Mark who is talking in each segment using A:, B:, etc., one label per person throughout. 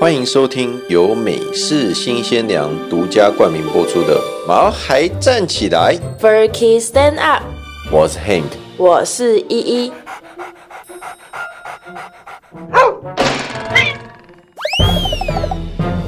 A: 欢迎收听由美式新鲜粮独家冠名播出的《毛孩站起来》，
B: Berkey Stand Up，
A: 我是 Hank。
B: 我是依依。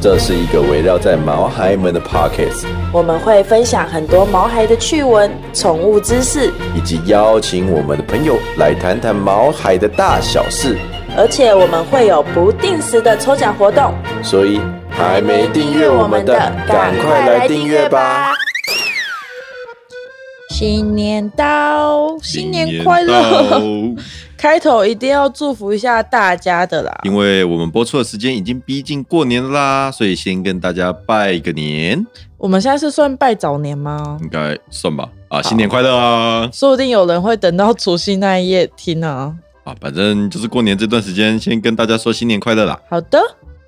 A: 这是一个围绕在毛孩们的 Pockets，
B: 我们会分享很多毛孩的趣闻、宠物知识，
A: 以及邀请我们的朋友来谈谈毛孩的大小事。
B: 而且我们会有不定时的抽奖活动。
A: 所以还没订阅我们的，赶快来订阅吧！！
B: 新年到，新年快
C: 到
B: 乐！！开头一定要祝福一下大家的啦。
C: 因为我们播出的时间已经逼近过年了啦，所以先跟大家拜个年，
B: 我们现在是算拜早年吗？
C: 应该算吧。啊，新年快乐啊！
B: 说不定有人会等到除夕那一夜听啊。
C: 啊，反正就是过年这段时间，先跟大家说新年快乐啦。
B: 好的，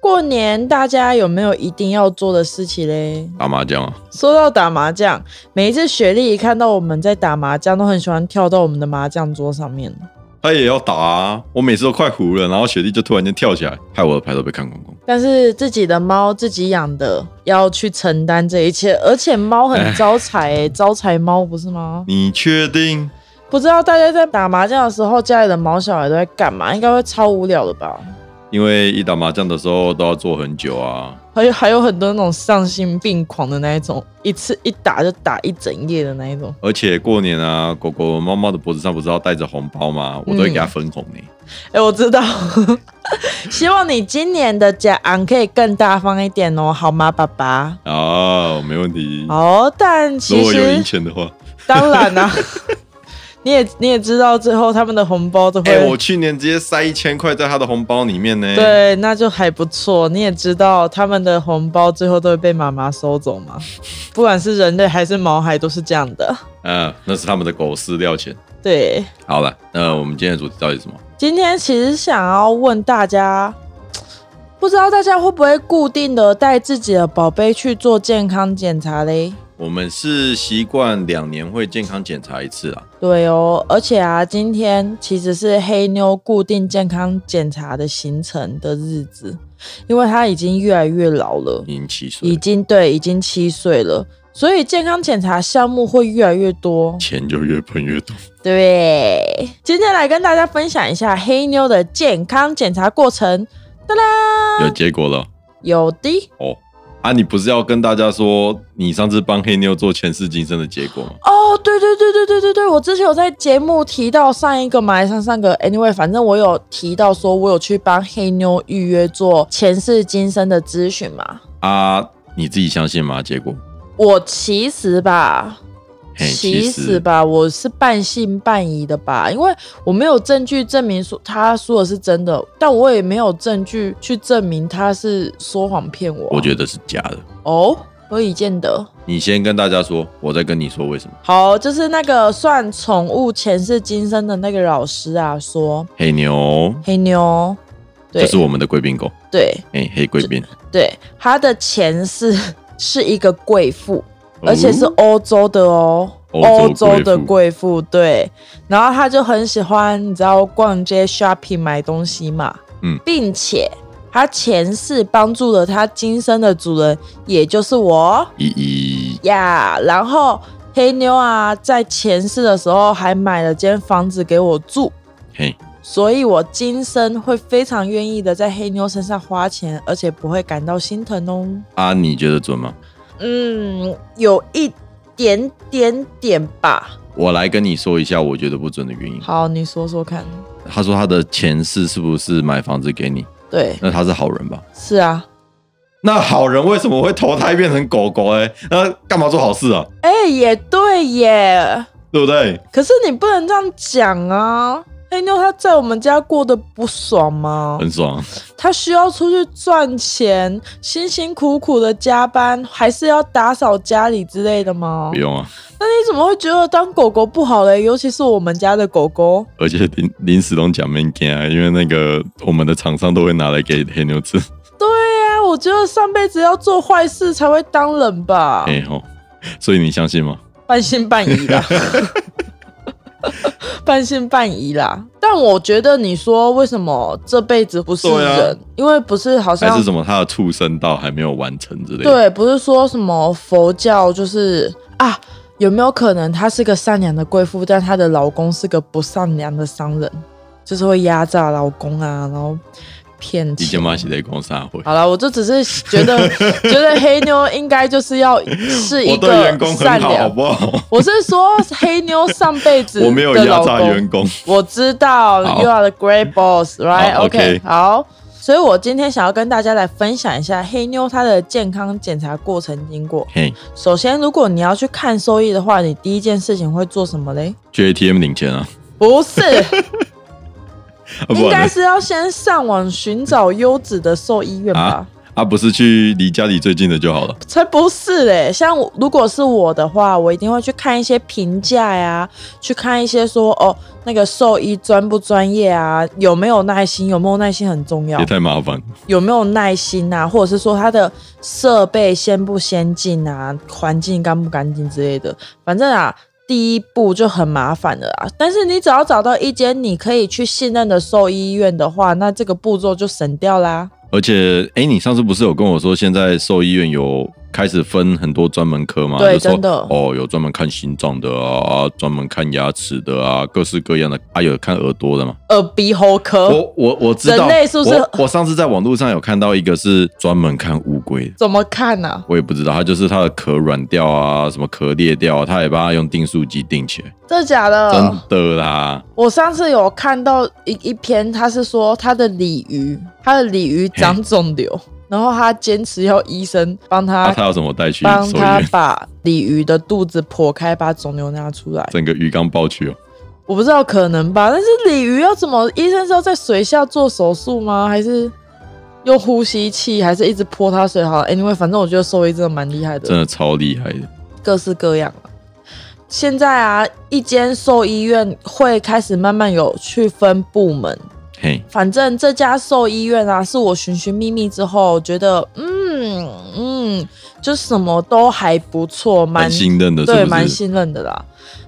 B: 过年大家有没有一定要做的事情嘞？
C: 打麻将啊，
B: 说到打麻将，每一次雪莉一看到我们在打麻将，都很喜欢跳到我们的麻将桌上面。
C: 他也要打啊！我每次都快糊了，然后雪莉就突然间跳起来，害我的牌都被看光光。
B: 但是自己的猫自己养的，要去承担这一切，而且猫很招财、欸，招财猫不是吗？
C: 你确定？
B: 不知道大家在打麻将的时候，家里的毛小孩都在干嘛？应该会超无聊的吧？
C: 因为一打麻将的时候都要坐很久啊。
B: 还有还有很多那种丧心病狂的那一种，一次一打就打一整夜的那一种。
C: 而且过年啊，狗狗、猫猫的脖子上不是要带着红包吗？我都会给它分红呢、
B: 哎、我知道， 希望你今年的奖可以更大方一点哦，好吗，爸爸？
C: 哦，没问题。
B: 哦，但
C: 如
B: 其
C: 果有赢
B: 实
C: 钱的话，
B: 当然 啦、你也你也知道，最后他们的红包都会，
C: 哎、我去年直接塞一千块在他的红包里面呢。，
B: 对，那就还不错。你也知道，他们的红包最后都会被妈妈收走嘛，不管是人类还是毛孩，都是这样的。
C: 嗯、那是他们的狗饲料钱。
B: 对，
C: 好了，那我们今天的主题到底是什么？
B: 今天其实想要问大家，不知道大家会不会固定的带自己的宝贝去做健康检查嘞？
C: 我们是习惯两年会健康检查一次啊啦。
B: 对哦，而且啊，今天其实是黑妞固定健康检查的行程的日子，因为她已经越来越老了，
C: 已经七岁
B: 已
C: 了，
B: 经对，已经七岁了，所以健康检查项目会越来越多。
C: 钱就越喷越多。
B: 对，今天来跟大家分享一下黑妞的健康检查过程。哒啦，
C: 有结果了
B: 有的
C: 哦。啊，你不是要跟大家说你上次帮黑妞做前世今生的结果吗？
B: 哦，对对对对对对对，我之前有在节目提到上一个嘛，还是上上个，anyway，反正我有提到说我有去帮黑妞预约做前世今生的咨询嘛。
C: 啊，你自己相信吗？结果，
B: 我其实吧，
C: 嘿，
B: 其实
C: 实，
B: 吧，我是半信半疑的吧，因为我没有证据证明说他说的是真的，但我也没有证据去证明他是说谎骗我啊。
C: 我觉得是假的。
B: 哦，何以见得？
C: 你先跟大家说，我再跟你说为什么。
B: 好，就是那个算宠物前世今生的那个老师啊，说
C: 黑妞，
B: 黑妞，哦对
C: 这是我们的贵宾狗，
B: 对
C: 哎、黑贵宾，
B: 对，她的前世是 一个贵妇，而且是欧洲的哦，
C: 哦欧洲贵妇
B: 的贵妇。对，然后她就很喜欢，你知道逛街 shopping 买东西嘛，
C: 嗯
B: 并且她前世帮助了她今生的主人，也就是我
C: 一一
B: 呀。然后黑妞啊，在前世的时候还买了间房子给我住。
C: 嘿，
B: 所以我今生会非常愿意的在黑妞身上花钱，而且不会感到心疼哦。
C: 啊，你觉得准吗？
B: 嗯，有一点点点吧。
C: 我来跟你说一下，我觉得不准的原因。
B: 好，你说说看。
C: 他说他的前世是不是买房子给你？
B: 对，
C: 那他是好人吧？
B: 是啊。
C: 那好人为什么会投胎变成狗狗、欸？哎，那干嘛做好事啊？
B: 哎、也对耶。
C: 对不对？
B: 可是你不能这样讲啊。黑妞她在我们家过得不爽吗？
C: 很爽，啊
B: 她需要出去赚钱，辛辛苦苦的加班，还是要打扫家里之类的吗
C: 不？用啊，
B: 那你怎么会觉得当狗狗不好嘞？尤其是我们家的狗狗。
C: 而且临临时都讲 man 啊，因为那个我们的厂商都会拿来给黑牛 吃。
B: 对呀、我觉得上辈子要做坏事才会当人吧，
C: 嗯哎、吼，所以你相信吗？
B: 半信半疑的。半信半疑啦。但我觉得你说为什么这辈子不是
C: 对啊
B: 人，因为不是好
C: 还
B: 像
C: 是什么他的畜生道还没有完成之类的。
B: 对，不是说什么佛教就是啊，有没有可能她是个善良的贵妇，但她的老公是个不善良的商人，就是会压榨老公啊，然后骗
C: 以前
B: 钱。啊
C: 嘛是在公杀会，
B: 好了，我就只是觉得， 觉得黑妞应该就是要是一
C: 我对员
B: 个
C: 工
B: 善
C: 很好，好
B: 良。
C: 不好？
B: 我是说黑妞上辈子
C: 我没有
B: 的
C: 压
B: 老
C: 榨
B: 公
C: 员工，
B: 我知道
C: 好
B: you are the great boss, right?
C: 好
B: OK，
C: OK
B: 好。所以我今天想要跟大家来分享一下黑妞她的健康检查过程经过。
C: 嘿，
B: 首先，如果你要去看兽医的话，你第一件事情会做什 么嘞？
C: 去 ATM 领钱啊，
B: 不是，
C: 啊
B: 应
C: 不然
B: 该
C: 呢
B: 是要先上网寻找优质的兽医院吧？
C: 啊啊不是去离家里最近的就好了。
B: 才不是嘞！像我如果是我的话，我一定会去看一些评价呀，去看一些说哦，那个兽医专不专业啊，有没有耐心，有没有耐心很重要
C: 也。太麻烦，
B: 有没有耐心啊，或者是说它的设备先不先进啊，环境干不干净之类的，反正啊。第一步就很麻烦了啊，但是你只要找到一间你可以去信任的兽医院的话，那这个步骤就省掉啦。
C: 而且哎、你上次不是有跟我说，现在兽医院有开始分很多专门科吗？
B: 对
C: 就说
B: 真的
C: 哦，有专门看心脏的啊，啊专门看牙齿的啊，各式各样的啊，有看耳朵的吗？
B: 耳鼻喉科
C: 我我我知道，
B: 呃人类是不是
C: 我？我上次在网络上有看到一个是专门看乌龟的，
B: 怎么看呢、啊？
C: 我也不知道，它就是它的壳软掉啊，什么壳裂掉、啊，它也把它用订书机订起来，
B: 真的假的？
C: 真的啦，啊
B: 我上次有看到一一篇，他是说他的鲤鱼，他的鲤鱼长肿瘤，然后他坚持要医生帮
C: 那、
B: 他
C: 它要怎么带去
B: 帮
C: 兽医
B: 他
C: 院？
B: 把鲤鱼的肚子剖开，把肿瘤拿出来。
C: 整个鱼缸爆去哦，
B: 我不知道可能吧，但是鲤鱼要怎么？医生是要在水下做手术吗？还是用呼吸器？还是一直泼它水？好了，anyway，反正我觉得兽医真的蛮厉害
C: 真
B: 的，
C: 的超厉害的。
B: 各式各样啊现在啊，一间兽医院会开始慢慢有去分部门，
C: 嘿，
B: 反正这家兽医院啊，是我寻寻觅觅之后觉得，嗯嗯，就什么都还不错，蛮
C: 蛮信任的，
B: 对，
C: 是不
B: 蛮
C: 是？
B: 信任的啦。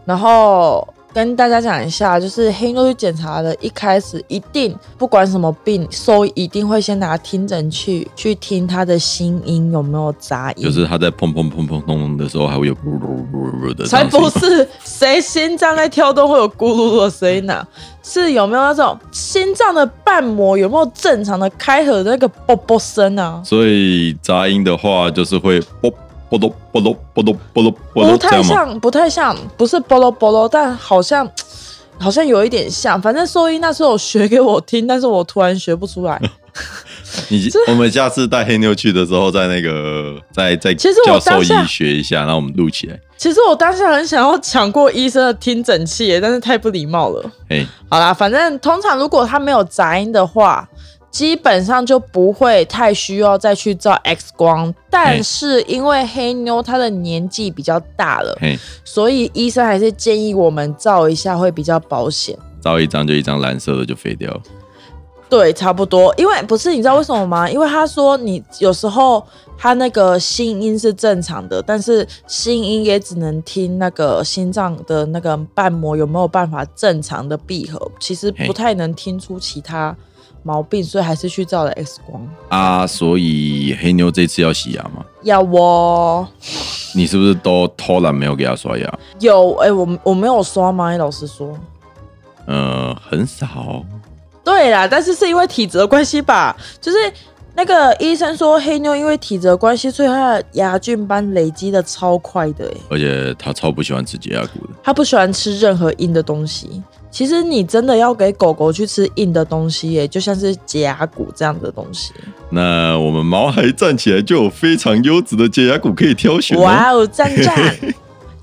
B: 然后跟大家讲一下，就是黑妞去检查的，一开始一定不管什么病，兽医一定会先拿听诊器去听他的心音有没有杂音。
C: 就是它在砰砰砰砰砰的时候，还会有咕噜噜噜噜的这
B: 才
C: 样子吗，
B: 不是谁心脏在跳动会有咕噜噜的声音呢、啊是有没有那种心脏的瓣膜有没有正常的开合的那个啵啵声啊？
C: 所以杂音的话，就是会啵啵咚啵咚啵咚啵咚啵
B: 不
C: 咚这
B: 哦太
C: 样吗？
B: 像，不太像，不是菠萝菠萝，但好像好像有一点像。反正兽医那时候有学给我听，但是我突然学不出 来。
C: 你我们下次带黑妞去的时候，在那个在在
B: 其实我
C: 教兽
B: 当下
C: 医学一下，然后我们录起来。
B: 其实我当时很想要抢过医生的听诊器耶，但是太不礼貌了。
C: 哎，
B: 好啦，反正通常如果他没有杂音的话，基本上就不会太需要再去照 X 光。但是因为黑妞她的年纪比较大了，
C: 嘿，
B: 所以医生还是建议我们照一下会比较保险。
C: 照一张就一张蓝色的就飞掉了。
B: 对，差不多。因为不是你知道为什么吗？因为他说你有时候他那个心音是正常的，但是心音也只能听那个心脏的那个瓣膜有没有办法正常的闭合，其实不
C: 嘿
B: 太能听出其他毛病，所以还是去照了 X 光。
C: 啊，所以黑妞这次要洗牙吗？
B: 要哦，
C: 你是不是都偷懒没有给她刷牙？
B: 有哎、我我没有刷吗？老实说，
C: 呃，很少。
B: 对啦，但是是因为体质的关系吧，就是那个医生说黑妞因为体质的关系，所以她的牙菌斑累积的超快的、欸，
C: 而且她超不喜欢吃洁牙骨的，
B: 她不喜欢吃任何硬的东西。其实你真的要给狗狗去吃硬的东西、欸，就像是洁牙骨这样的东西。
C: 那我们毛孩站起来就有非常优质的洁牙骨可以挑选、哦。
B: 哇哦，赞 赞！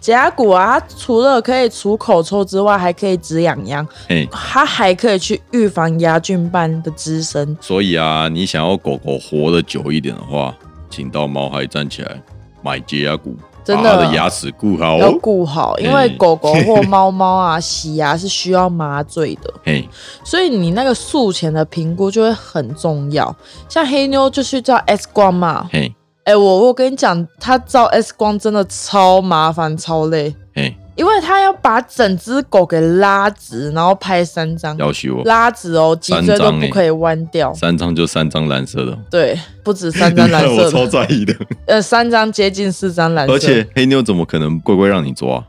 B: 洁牙骨啊，它除了可以除口臭之外，还可以止痒痒，
C: 嘿，
B: 它还可以去预防牙菌斑的滋生。
C: 所以啊，你想要狗狗活得久一点的话，请到毛孩站起来买洁牙骨，
B: 真的
C: 把它的牙齿顾好
B: 要
C: 哦。
B: 顾好，因
C: 嗯
B: 为狗狗或猫猫啊，洗牙是需要麻醉的，
C: 嘿，
B: 所以你那个术前的评估就会很重要。像黑妞就去照 X 光嘛，
C: 嘿，
B: 哎、我我跟你讲，她照 X 光真的超麻烦、超累。
C: 嘿，
B: 因为他要把整只狗给拉直，然后拍三张，
C: 要许我
B: 拉直哦，脊
C: 三
B: 椎都
C: 张
B: 不
C: 欸
B: 可以弯掉。
C: 三张就三张蓝色的，
B: 对，不止三 张蓝
C: 你看我
B: 色
C: 超
B: 的，
C: 在意的。
B: 呃，三张接近四张蓝色。
C: 而且黑妞怎么可能乖乖让你抓？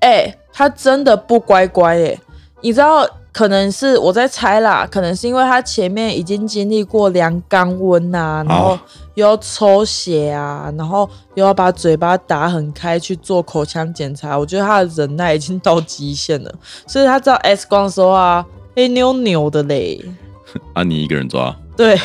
B: 哎、他真的不乖乖哎、你知道，可能是我在猜啦，可能是因为他前面已经经历过量肛温呐，然后
C: 哦
B: 又要抽血啊，然后又要把嘴巴打很开去做口腔检查，我觉得他的忍耐已经到极限了，所以他照 X 光的时候啊，黑妞扭的嘞。
C: 啊，你一个人抓，
B: 对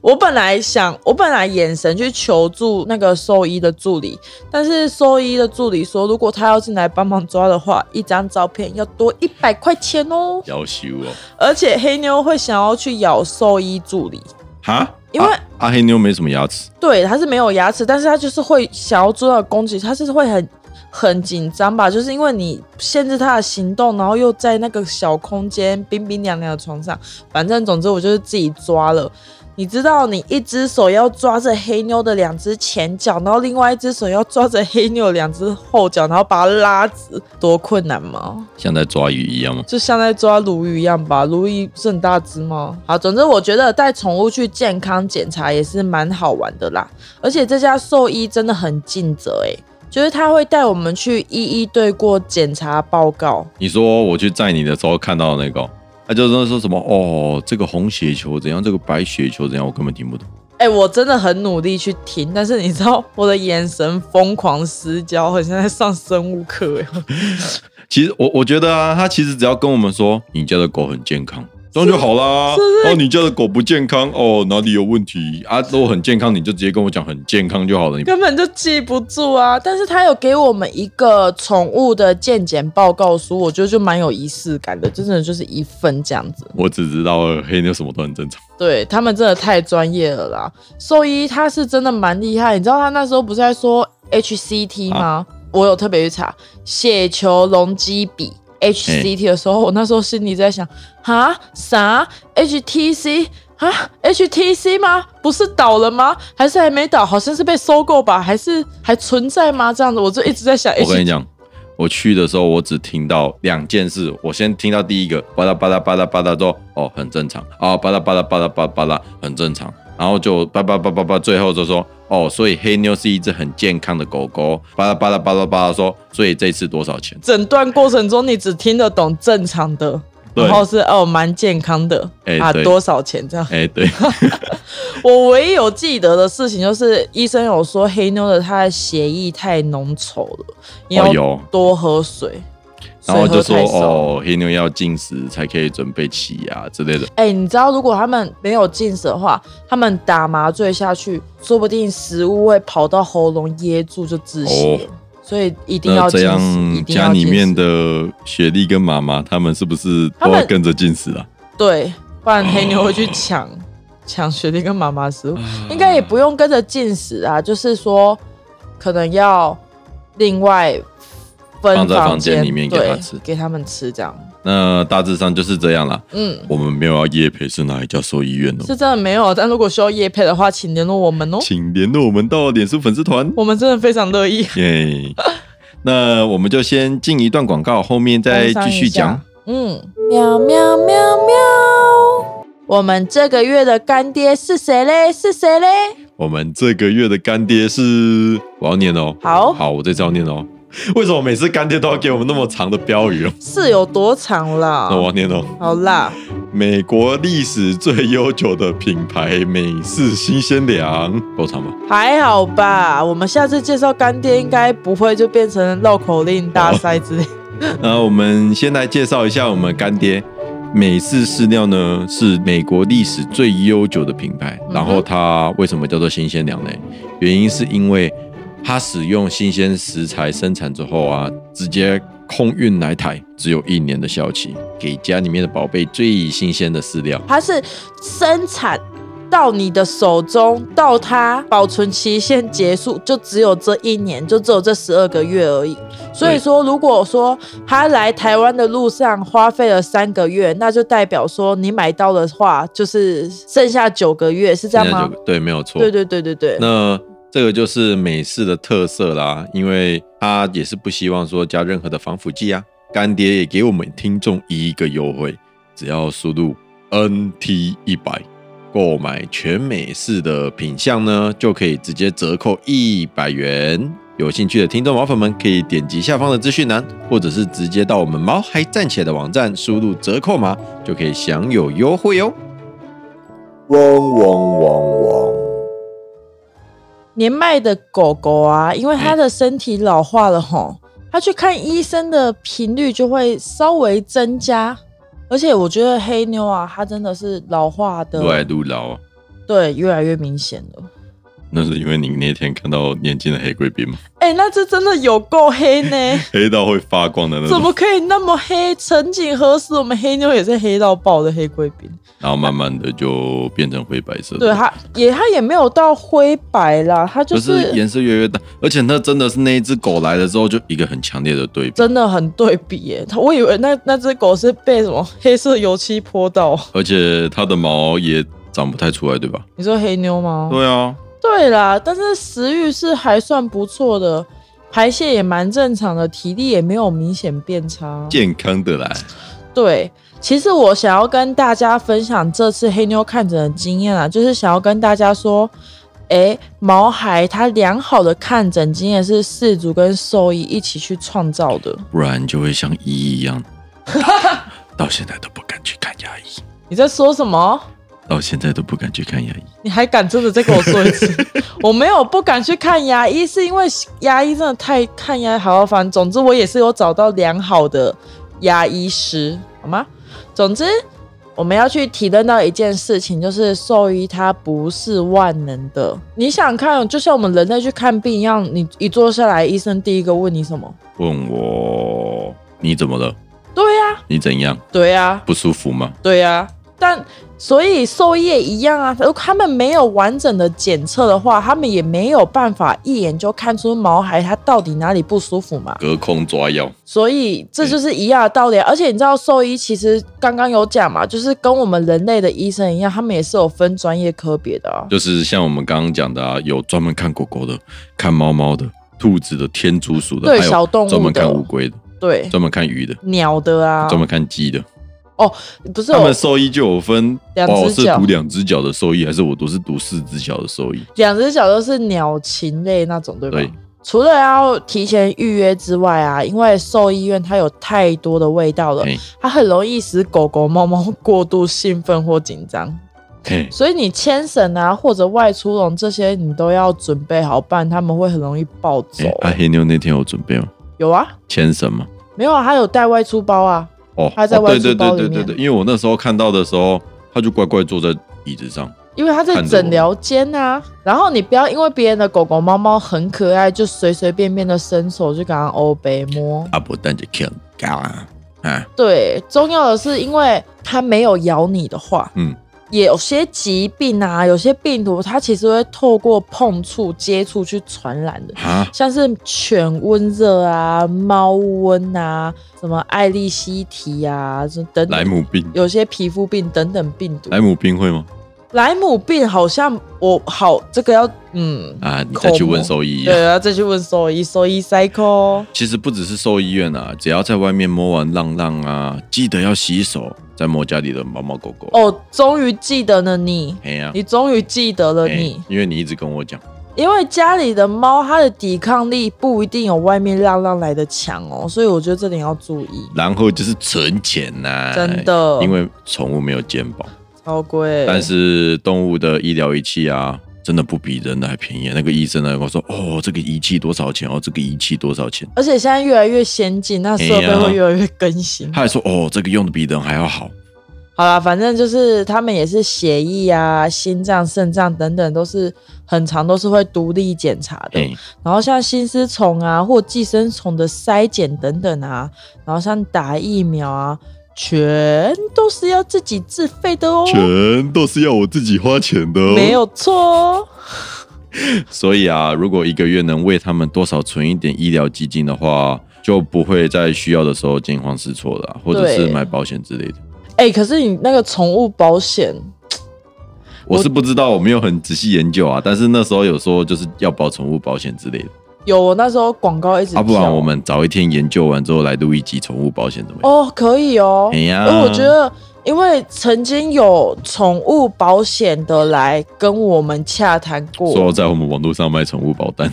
B: 我本来想，我本来眼神去求助那个兽医的助理，但是兽医的助理说，如果他要进来帮忙抓的话，一张照片要多一百块钱哦。
C: 要修哦。
B: 而且黑妞会想要去咬兽医助理，
C: 哈，
B: 因为
C: 啊啊黑妞没什么牙齿，
B: 对，他是没有牙齿，但是他就是会想要做到攻击，他是会很很紧张吧，就是因为你限制他的行动，然后又在那个小空间冰冰凉凉的床上，反正总之我就是自己抓了。你知道，你一只手要抓着黑妞的两只前脚，然后另外一只手要抓着黑妞的两只后脚，然后把它拉直，多困难吗？
C: 像在抓鱼一样吗？
B: 就像在抓鲈鱼一样吧，鲈鱼是很大只吗？好，总之我觉得带宠物去健康检查也是蛮好玩的啦，而且这家兽医真的很尽责诶、就是他会带我们去一一对过检查报告，
C: 你说我去载你的时候看到的那个哦，他就说说什么哦，这个红血球怎样，这个白血球怎样，我根本听不懂。
B: 哎、我真的很努力去听，但是你知道我的眼神疯狂失焦，很像在上生物课哎、
C: 其实我我觉得啊，他其实只要跟我们说你家的狗很健康，这样就好啦。哦，你家的狗不健康，哦哪里有问题啊？如果很健康，你就直接跟我讲很健康就好了。你
B: 根本就记不住啊。但是他有给我们一个宠物的健检报告书，我觉得就蛮有仪式感的，真的就是一份这样子。
C: 我只知道黑妞什么都很正常，
B: 对他们真的太专业了啦。兽医他是真的蛮厉害，你知道他那时候不是在说 HCT
C: 啊
B: 吗？我有特别去查血球容积比
C: 哎
B: HCT 的时候，我那时候心里在想，哈啥 HTC 啊 HTC 吗？不是倒了吗？还是还没倒？好像是被收购吧？还是还存在吗？这样子，我就一直在想
C: 我跟你
B: H。
C: 讲。我去的时候，我只听到两件事。我先听到第一个，巴拉巴拉巴拉巴拉，之后哦，很正常啊、巴拉巴拉巴拉巴拉巴拉，很正常。然后就巴拉巴拉巴拉，最后就说哦，所以黑妞是一只很健康的狗狗。巴拉巴拉巴拉巴拉说，所以这次多少钱？
B: 诊断过程中，你只听得懂正常的，
C: 对
B: 然后是哦蛮健康的、
C: 哎
B: 啊
C: 对
B: 多少钱这样？
C: 哎、对，
B: 我唯一有记得的事情就是，医生有说黑妞的她的血液太浓稠了， 你
C: 哦
B: 要
C: 有
B: 多喝水，
C: 然后
B: 水喝
C: 就说
B: 太少。
C: 哦，黑妞要进食才可以准备起牙之类的。
B: 哎、你知道如果他们没有进食的话，他们打麻醉下去，说不定食物会跑到喉咙噎住就窒息了。所以一定要
C: 哦那
B: 进
C: 这
B: 食，一
C: 样
B: 定要
C: 家里
B: 进
C: 面
B: 食
C: 的雪莉跟妈妈他们是不是都
B: 他
C: 要
B: 们
C: 跟着进食 啊？
B: 对，不然黑妞会 去抢抢雪莉跟妈妈食物，
C: 嗯
B: 应该也不用跟着进食啊，就是说可能要另外分
C: 放在
B: 房
C: 房间里面给
B: 对
C: 他吃
B: 给他们吃这样。
C: 那大致上就是这样啦。
B: 嗯，
C: 我们没有要夜陪是哪一家兽医院哦，
B: 是真的没有，但如果需要夜配的话，请联络我们哦，
C: 请联络我们到脸书粉丝团。
B: 我们真的非常乐意。
C: 耶，那我们就先进一段广告，后面再继续讲。。
B: 嗯，喵喵喵喵。我们这个月的干爹是谁嘞？是谁嘞？
C: 我们这个月的干爹是，我要念哦。
B: 好
C: 好，我这次要念哦。为什么每次干爹都要给我们那么长的标语哦？
B: 是有多长啦
C: 那？我要念哦。
B: 好啦，
C: 美国历史最悠久的品牌美式新鲜粮，够长吧？
B: 还好吧，我们下次介绍干爹应该不会就变成绕口令大赛之类。
C: 那我们先来介绍一下我们干爹。美式饲料呢是美国历史最悠久的品牌，
B: 嗯哼
C: 然后它为什么叫做新鲜粮呢？原因是因为它使用新鲜食材生产之后啊，直接空运来台，只有一年的效期，给家里面的宝贝最新鲜的饲料。
B: 它是生产到你的手中，到它保存期限结束，就只有这一年，就只有这十二个月而已。所以
C: 对
B: 说，如果说他来台湾的路上花费了三个月，那就代表说你买到的话，就是剩下九个月，是这样
C: 现在
B: 吗
C: 就？对，没有错。
B: 对对对对对，
C: 那这个就是美式的特色啦，因为他也是不希望说加任何的防腐剂啊。干爹也给我们听众一个优惠，只要输入 NT 一百购买全美式的品项呢，就可以直接折扣一百元。有兴趣的听众毛粉们可以点击下方的资讯栏，或者是直接到我们毛孩站起来的网站，输入折扣码就可以享有优惠哦。
A: 嗡嗡嗡嗡，
B: 年迈的狗狗啊，因为它的身体老化了吼，它去看医生的频率就会稍微增加。而且我觉得黑妞啊，它真的是老化的，
C: 撸来撸老啊，
B: 对越来越明显了。
C: 那是因为你那天看到年轻的黑贵宾吗？
B: 哎、那这真的有够黑呢！
C: 黑到会发光的那
B: 怎
C: 种，
B: 么可以那么黑？曾几何时，我们黑妞也是黑到爆的黑贵宾。
C: 然后慢慢的就变成灰白色的。
B: 对，它也它也没有到灰白啦，它就
C: 就是是颜色越来越淡，而且那真的是那一只狗来了之后，就一个很强烈的对比，
B: 真的很对比耶、它我以为那那只狗是被什么黑色油漆泼到，
C: 而且它的毛也长不太出来，对吧？
B: 你说黑妞吗？
C: 对啊，
B: 对啦，但是食欲是还算不错的，排泄也蛮正常的，体力也没有明显变差。
C: 健康的来，
B: 对，其实我想要跟大家分享这次黑妞看诊的经验啊，就是想要跟大家说，诶，毛孩他良好的看诊经验是氏族跟兽医一起去创造的。
C: 不然就会像依依一样， 到现在都不敢去看牙医，
B: 你在说什么？
C: 到现在都不敢去看牙医。
B: 你还敢真的再跟我说一次？我没有不敢去看牙医，是因为牙医真的太看牙好麻烦。总之，我也是有找到良好的牙医师，好吗？总之，我们要去体认到一件事情，就是兽医它不是万能的。你想看，就像我们人类去看病一样，你一坐下来，医生第一个问你什么？
C: 问我你怎么了？
B: 对呀、
C: 你怎样
B: 对啊呀、
C: 不舒服吗？
B: 对呀、但所以兽医也一样啊，如果他们没有完整的检测的话，他们也没有办法一眼就看出毛孩它到底哪里不舒服嘛。
C: 隔空抓药，
B: 所以这就是一样的道理啊、而且你知道兽医其实刚刚有讲嘛，就是跟我们人类的医生一样，他们也是有分专业科别的啊。
C: 就是像我们刚刚讲的啊，有专门看狗狗的，看猫猫的，兔子的，天竺鼠的，
B: 对
C: 还有
B: 小动物的
C: 专门看乌龟的，
B: 对，
C: 专门看鱼的，
B: 鸟的啊，
C: 专门看鸡的。
B: 不是
C: 他
B: 有
C: 们兽医就有分，
B: 两只
C: 哦，我是
B: 脚
C: 读两只脚的兽医，还是我都是读四只脚的兽医？
B: 两只脚都是鸟禽类那种，对吧？
C: 对
B: 除了要提前预约之外啊，因为兽医院它有太多的味道了
C: 嘿，
B: 它很容易使狗狗、猫猫过度兴奋或紧张。
C: 嘿，
B: 所以你牵绳啊，或者外出笼这些，你都要准备好，不然他们会很容易暴走
C: 哎。啊，黑妞那天有准备吗？
B: 有啊，
C: 牵绳吗？
B: 没有啊，它有带外出包啊。
C: 哦，
B: 他在
C: 哦
B: 外
C: 对对
B: 出包
C: 对对
B: 里
C: 对
B: 面
C: 对，因为我那时候看到的时候，他就乖乖坐在椅子上，
B: 因为它在诊疗间啊，然后你不要因为别人的狗狗、猫猫很可爱，就随随便便的伸手就给它欧北摸。
C: 阿伯带着 kill 啊啊，
B: 对，重要的是，因为它没有咬你的话，
C: 嗯，
B: 有些疾病啊，有些病毒它其实会透过碰触、接触去传染的，
C: 哈，
B: 像是犬瘟热啊、猫瘟啊、什么艾利希提啊，这等
C: 莱
B: 等，
C: 姆病，
B: 有些皮肤病等等病毒。
C: 莱姆病会吗？
B: 莱姆病好像我好这个要嗯，
C: 啊，你再去问兽医、
B: 对，
C: 啊。
B: 要再去问兽医，兽医 cycle。
C: 其实不只是兽医院啊，只要在外面摸完浪浪啊，记得要洗手，再摸家里的猫猫狗狗。
B: 哦，终于记得了你，
C: 嘿呀、
B: 你终于记得了
C: 嘿
B: 你。
C: 因为你一直跟我讲，
B: 因为家里的猫，它的抵抗力不一定有外面浪浪来的强哦，所以我觉得这点要注意，
C: 然后就是存钱呐、
B: 真的
C: 哎因为宠物没有健保，
B: 超贵。
C: 但是动物的医疗仪器啊，真的不比人的还便宜。那个医生呢跟我说，哦，这个仪器多少钱？哦，这个仪器多少钱？
B: 而且现在越来越先进，那
C: 哎
B: 设备会越来越更新。
C: 他还说，哦，这个用的比人还要好。
B: 好啦，反正就是他们也是血液啊、心脏、肾脏等等，都是很长都是会独立检查的。
C: 哎，
B: 然后像心丝虫啊或寄生虫的筛检等等啊，然后像打疫苗啊，全都是要自己自费的哦，
C: 全都是要我自己花钱的、哦
B: 没有错哦。
C: 所以啊，如果一个月能为他们多少存一点医疗基金的话，就不会在需要的时候惊慌失措了啊、或者是
B: 对
C: 买保险之类的。
B: 哎、可是你那个宠物保险，
C: 我是不知道，我没有很仔细研究啊。但是那时候有说就是要保宠物保险之类的，
B: 有我那时候广告一直
C: 啊，不
B: 跳
C: 然我们早一天研究完之后来录一集宠物保险怎么样？
B: 哦，可以哦。
C: 哎呀
B: 因为我觉得，因为曾经有宠物保险的来跟我们洽谈
C: 说
B: 过，
C: 在我们网络上卖宠物保单，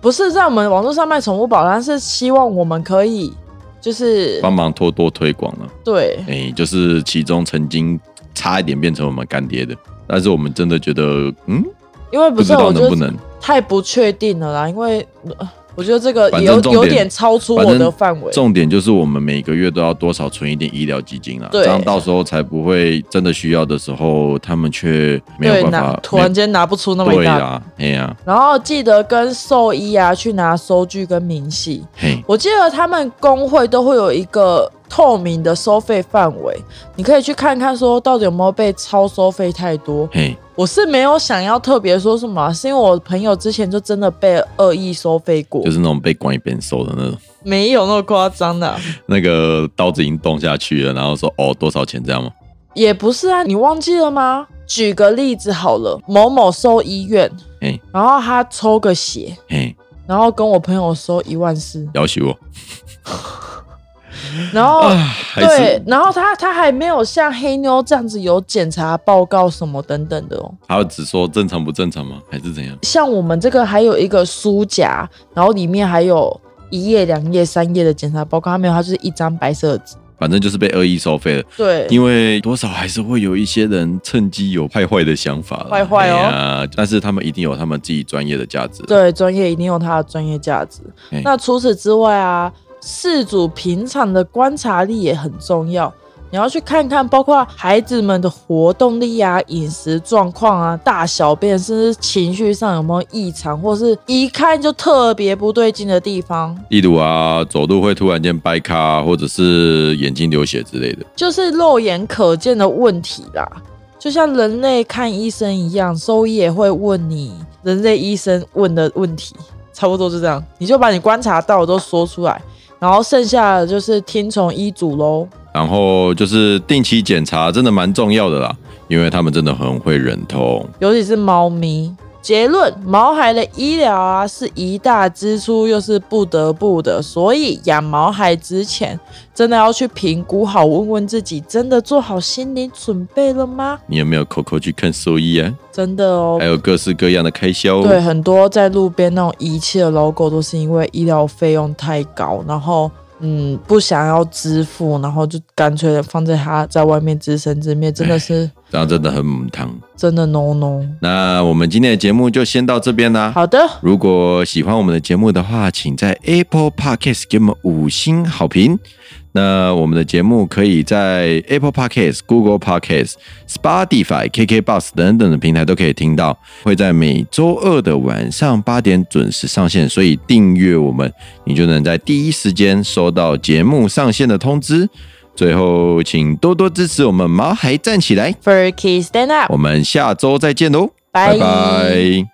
B: 不是在我们网络上卖宠物保单，是希望我们可以就是
C: 帮忙多多推广了、
B: 对
C: 哎、就是其中曾经差一点变成我们干爹的，但是我们真的觉得，嗯，
B: 因为不
C: 不知
B: 是
C: 道
B: 我觉
C: 能不
B: 得
C: 能。
B: 太不确定了啦，因为、呃我觉得这个
C: 反
B: 有
C: 正重
B: 有
C: 点
B: 点超出
C: 反
B: 我
C: 正
B: 的范围。
C: 重点就是我们每个月都要多少存一点医疗基金啦，
B: 对
C: 这样到时候才不会真的需要的时候，他们却没
B: 对
C: 有，办
B: 拿
C: 法。
B: 突然间拿不出那么
C: 没有
B: 一
C: 对
B: 大
C: 呀，哎呀，
B: 然后记得跟兽医啊去拿收据跟明细。
C: 嘿，
B: 我记得他们工会都会有一个透明的收费范围，你可以去看看说到底有没有被超收费太多。
C: 嘿，
B: 我是没有想要特别说什么啊，是因为我朋友之前就真的被恶意收费过，
C: 就是那种被关一边收的那种，
B: 没有那么夸张的啊、
C: 那个刀子已经动下去了，然后说哦多少钱这样吗？
B: 也不是啊，你忘记了吗？举个例子好了，某某兽医院，
C: 嘿，
B: 然后他抽个血，
C: 嘿，
B: 然后跟我朋友收一 万四，
C: 要挟我
B: 然后
C: 啊，还
B: 哦对
C: 是，
B: 然后他他还没有像黑妞这样子有检查报告什么等等的哦。
C: 他只说正常不正常吗？还是怎样？
B: 像我们这个还有一个书夹，然后里面还有一页、两页、三页的检查报告，他没有，他就是一张白色的纸。
C: 反正就是被恶意收费了，
B: 对，
C: 因为多少还是会有一些人趁机有坏坏的想法啦，
B: 坏坏哦
C: 哎呀但是他们一定有他们自己专业的价值，
B: 对，专业一定有它的专业价值
C: 嘿。
B: 那除此之外啊，事主平常的观察力也很重要。你要去看看，包括孩子们的活动力啊、饮食状况啊、大小便，甚至情绪上有没有异常，或是一看就特别不对劲的地方，
C: 例如啊，走路会突然间掰咖，或者是眼睛流血之类的。
B: 就是肉眼可见的问题啦。就像人类看医生一样，兽医也会问你人类医生问的问题，差不多就这样。你就把你观察到的都说出来，然后剩下的就是听从医嘱喽。
C: 然后就是定期检查，真的蛮重要的啦，因为他们真的很会忍痛。
B: 尤其是猫咪。结论：毛孩的医疗啊是一大支出，又是不得不的，所以养毛孩之前，真的要去评估好，问问自己，真的做好心理准备了吗？
C: 你有没有口口去看兽医啊？
B: 真的哦，
C: 还有各式各样的开销。
B: 对，，很多在路边那种遗弃的 logo 都是因为医疗费用太高，然后嗯不想要支付，然后就干脆的放在他在外面自生自灭，真的 是
C: 这样真的很母汤。
B: 真的 no no。
C: 那我们今天的节目就先到这边啦。
B: 好的，
C: 如果喜欢我们的节目的话，请在 Apple Podcast 给我们五星好评。那我们的节目可以在 Apple Podcast、Google Podcast、Spotify、KKBox 等等的平台都可以听到，会在每周二的晚上八点准时上线，所以订阅我们，你就能在第一时间收到节目上线的通知。最后，请多多支持我们毛孩站起来，
B: f u r k y stand up，
C: 我们下周再见喽，
B: 哦拜
C: 拜拜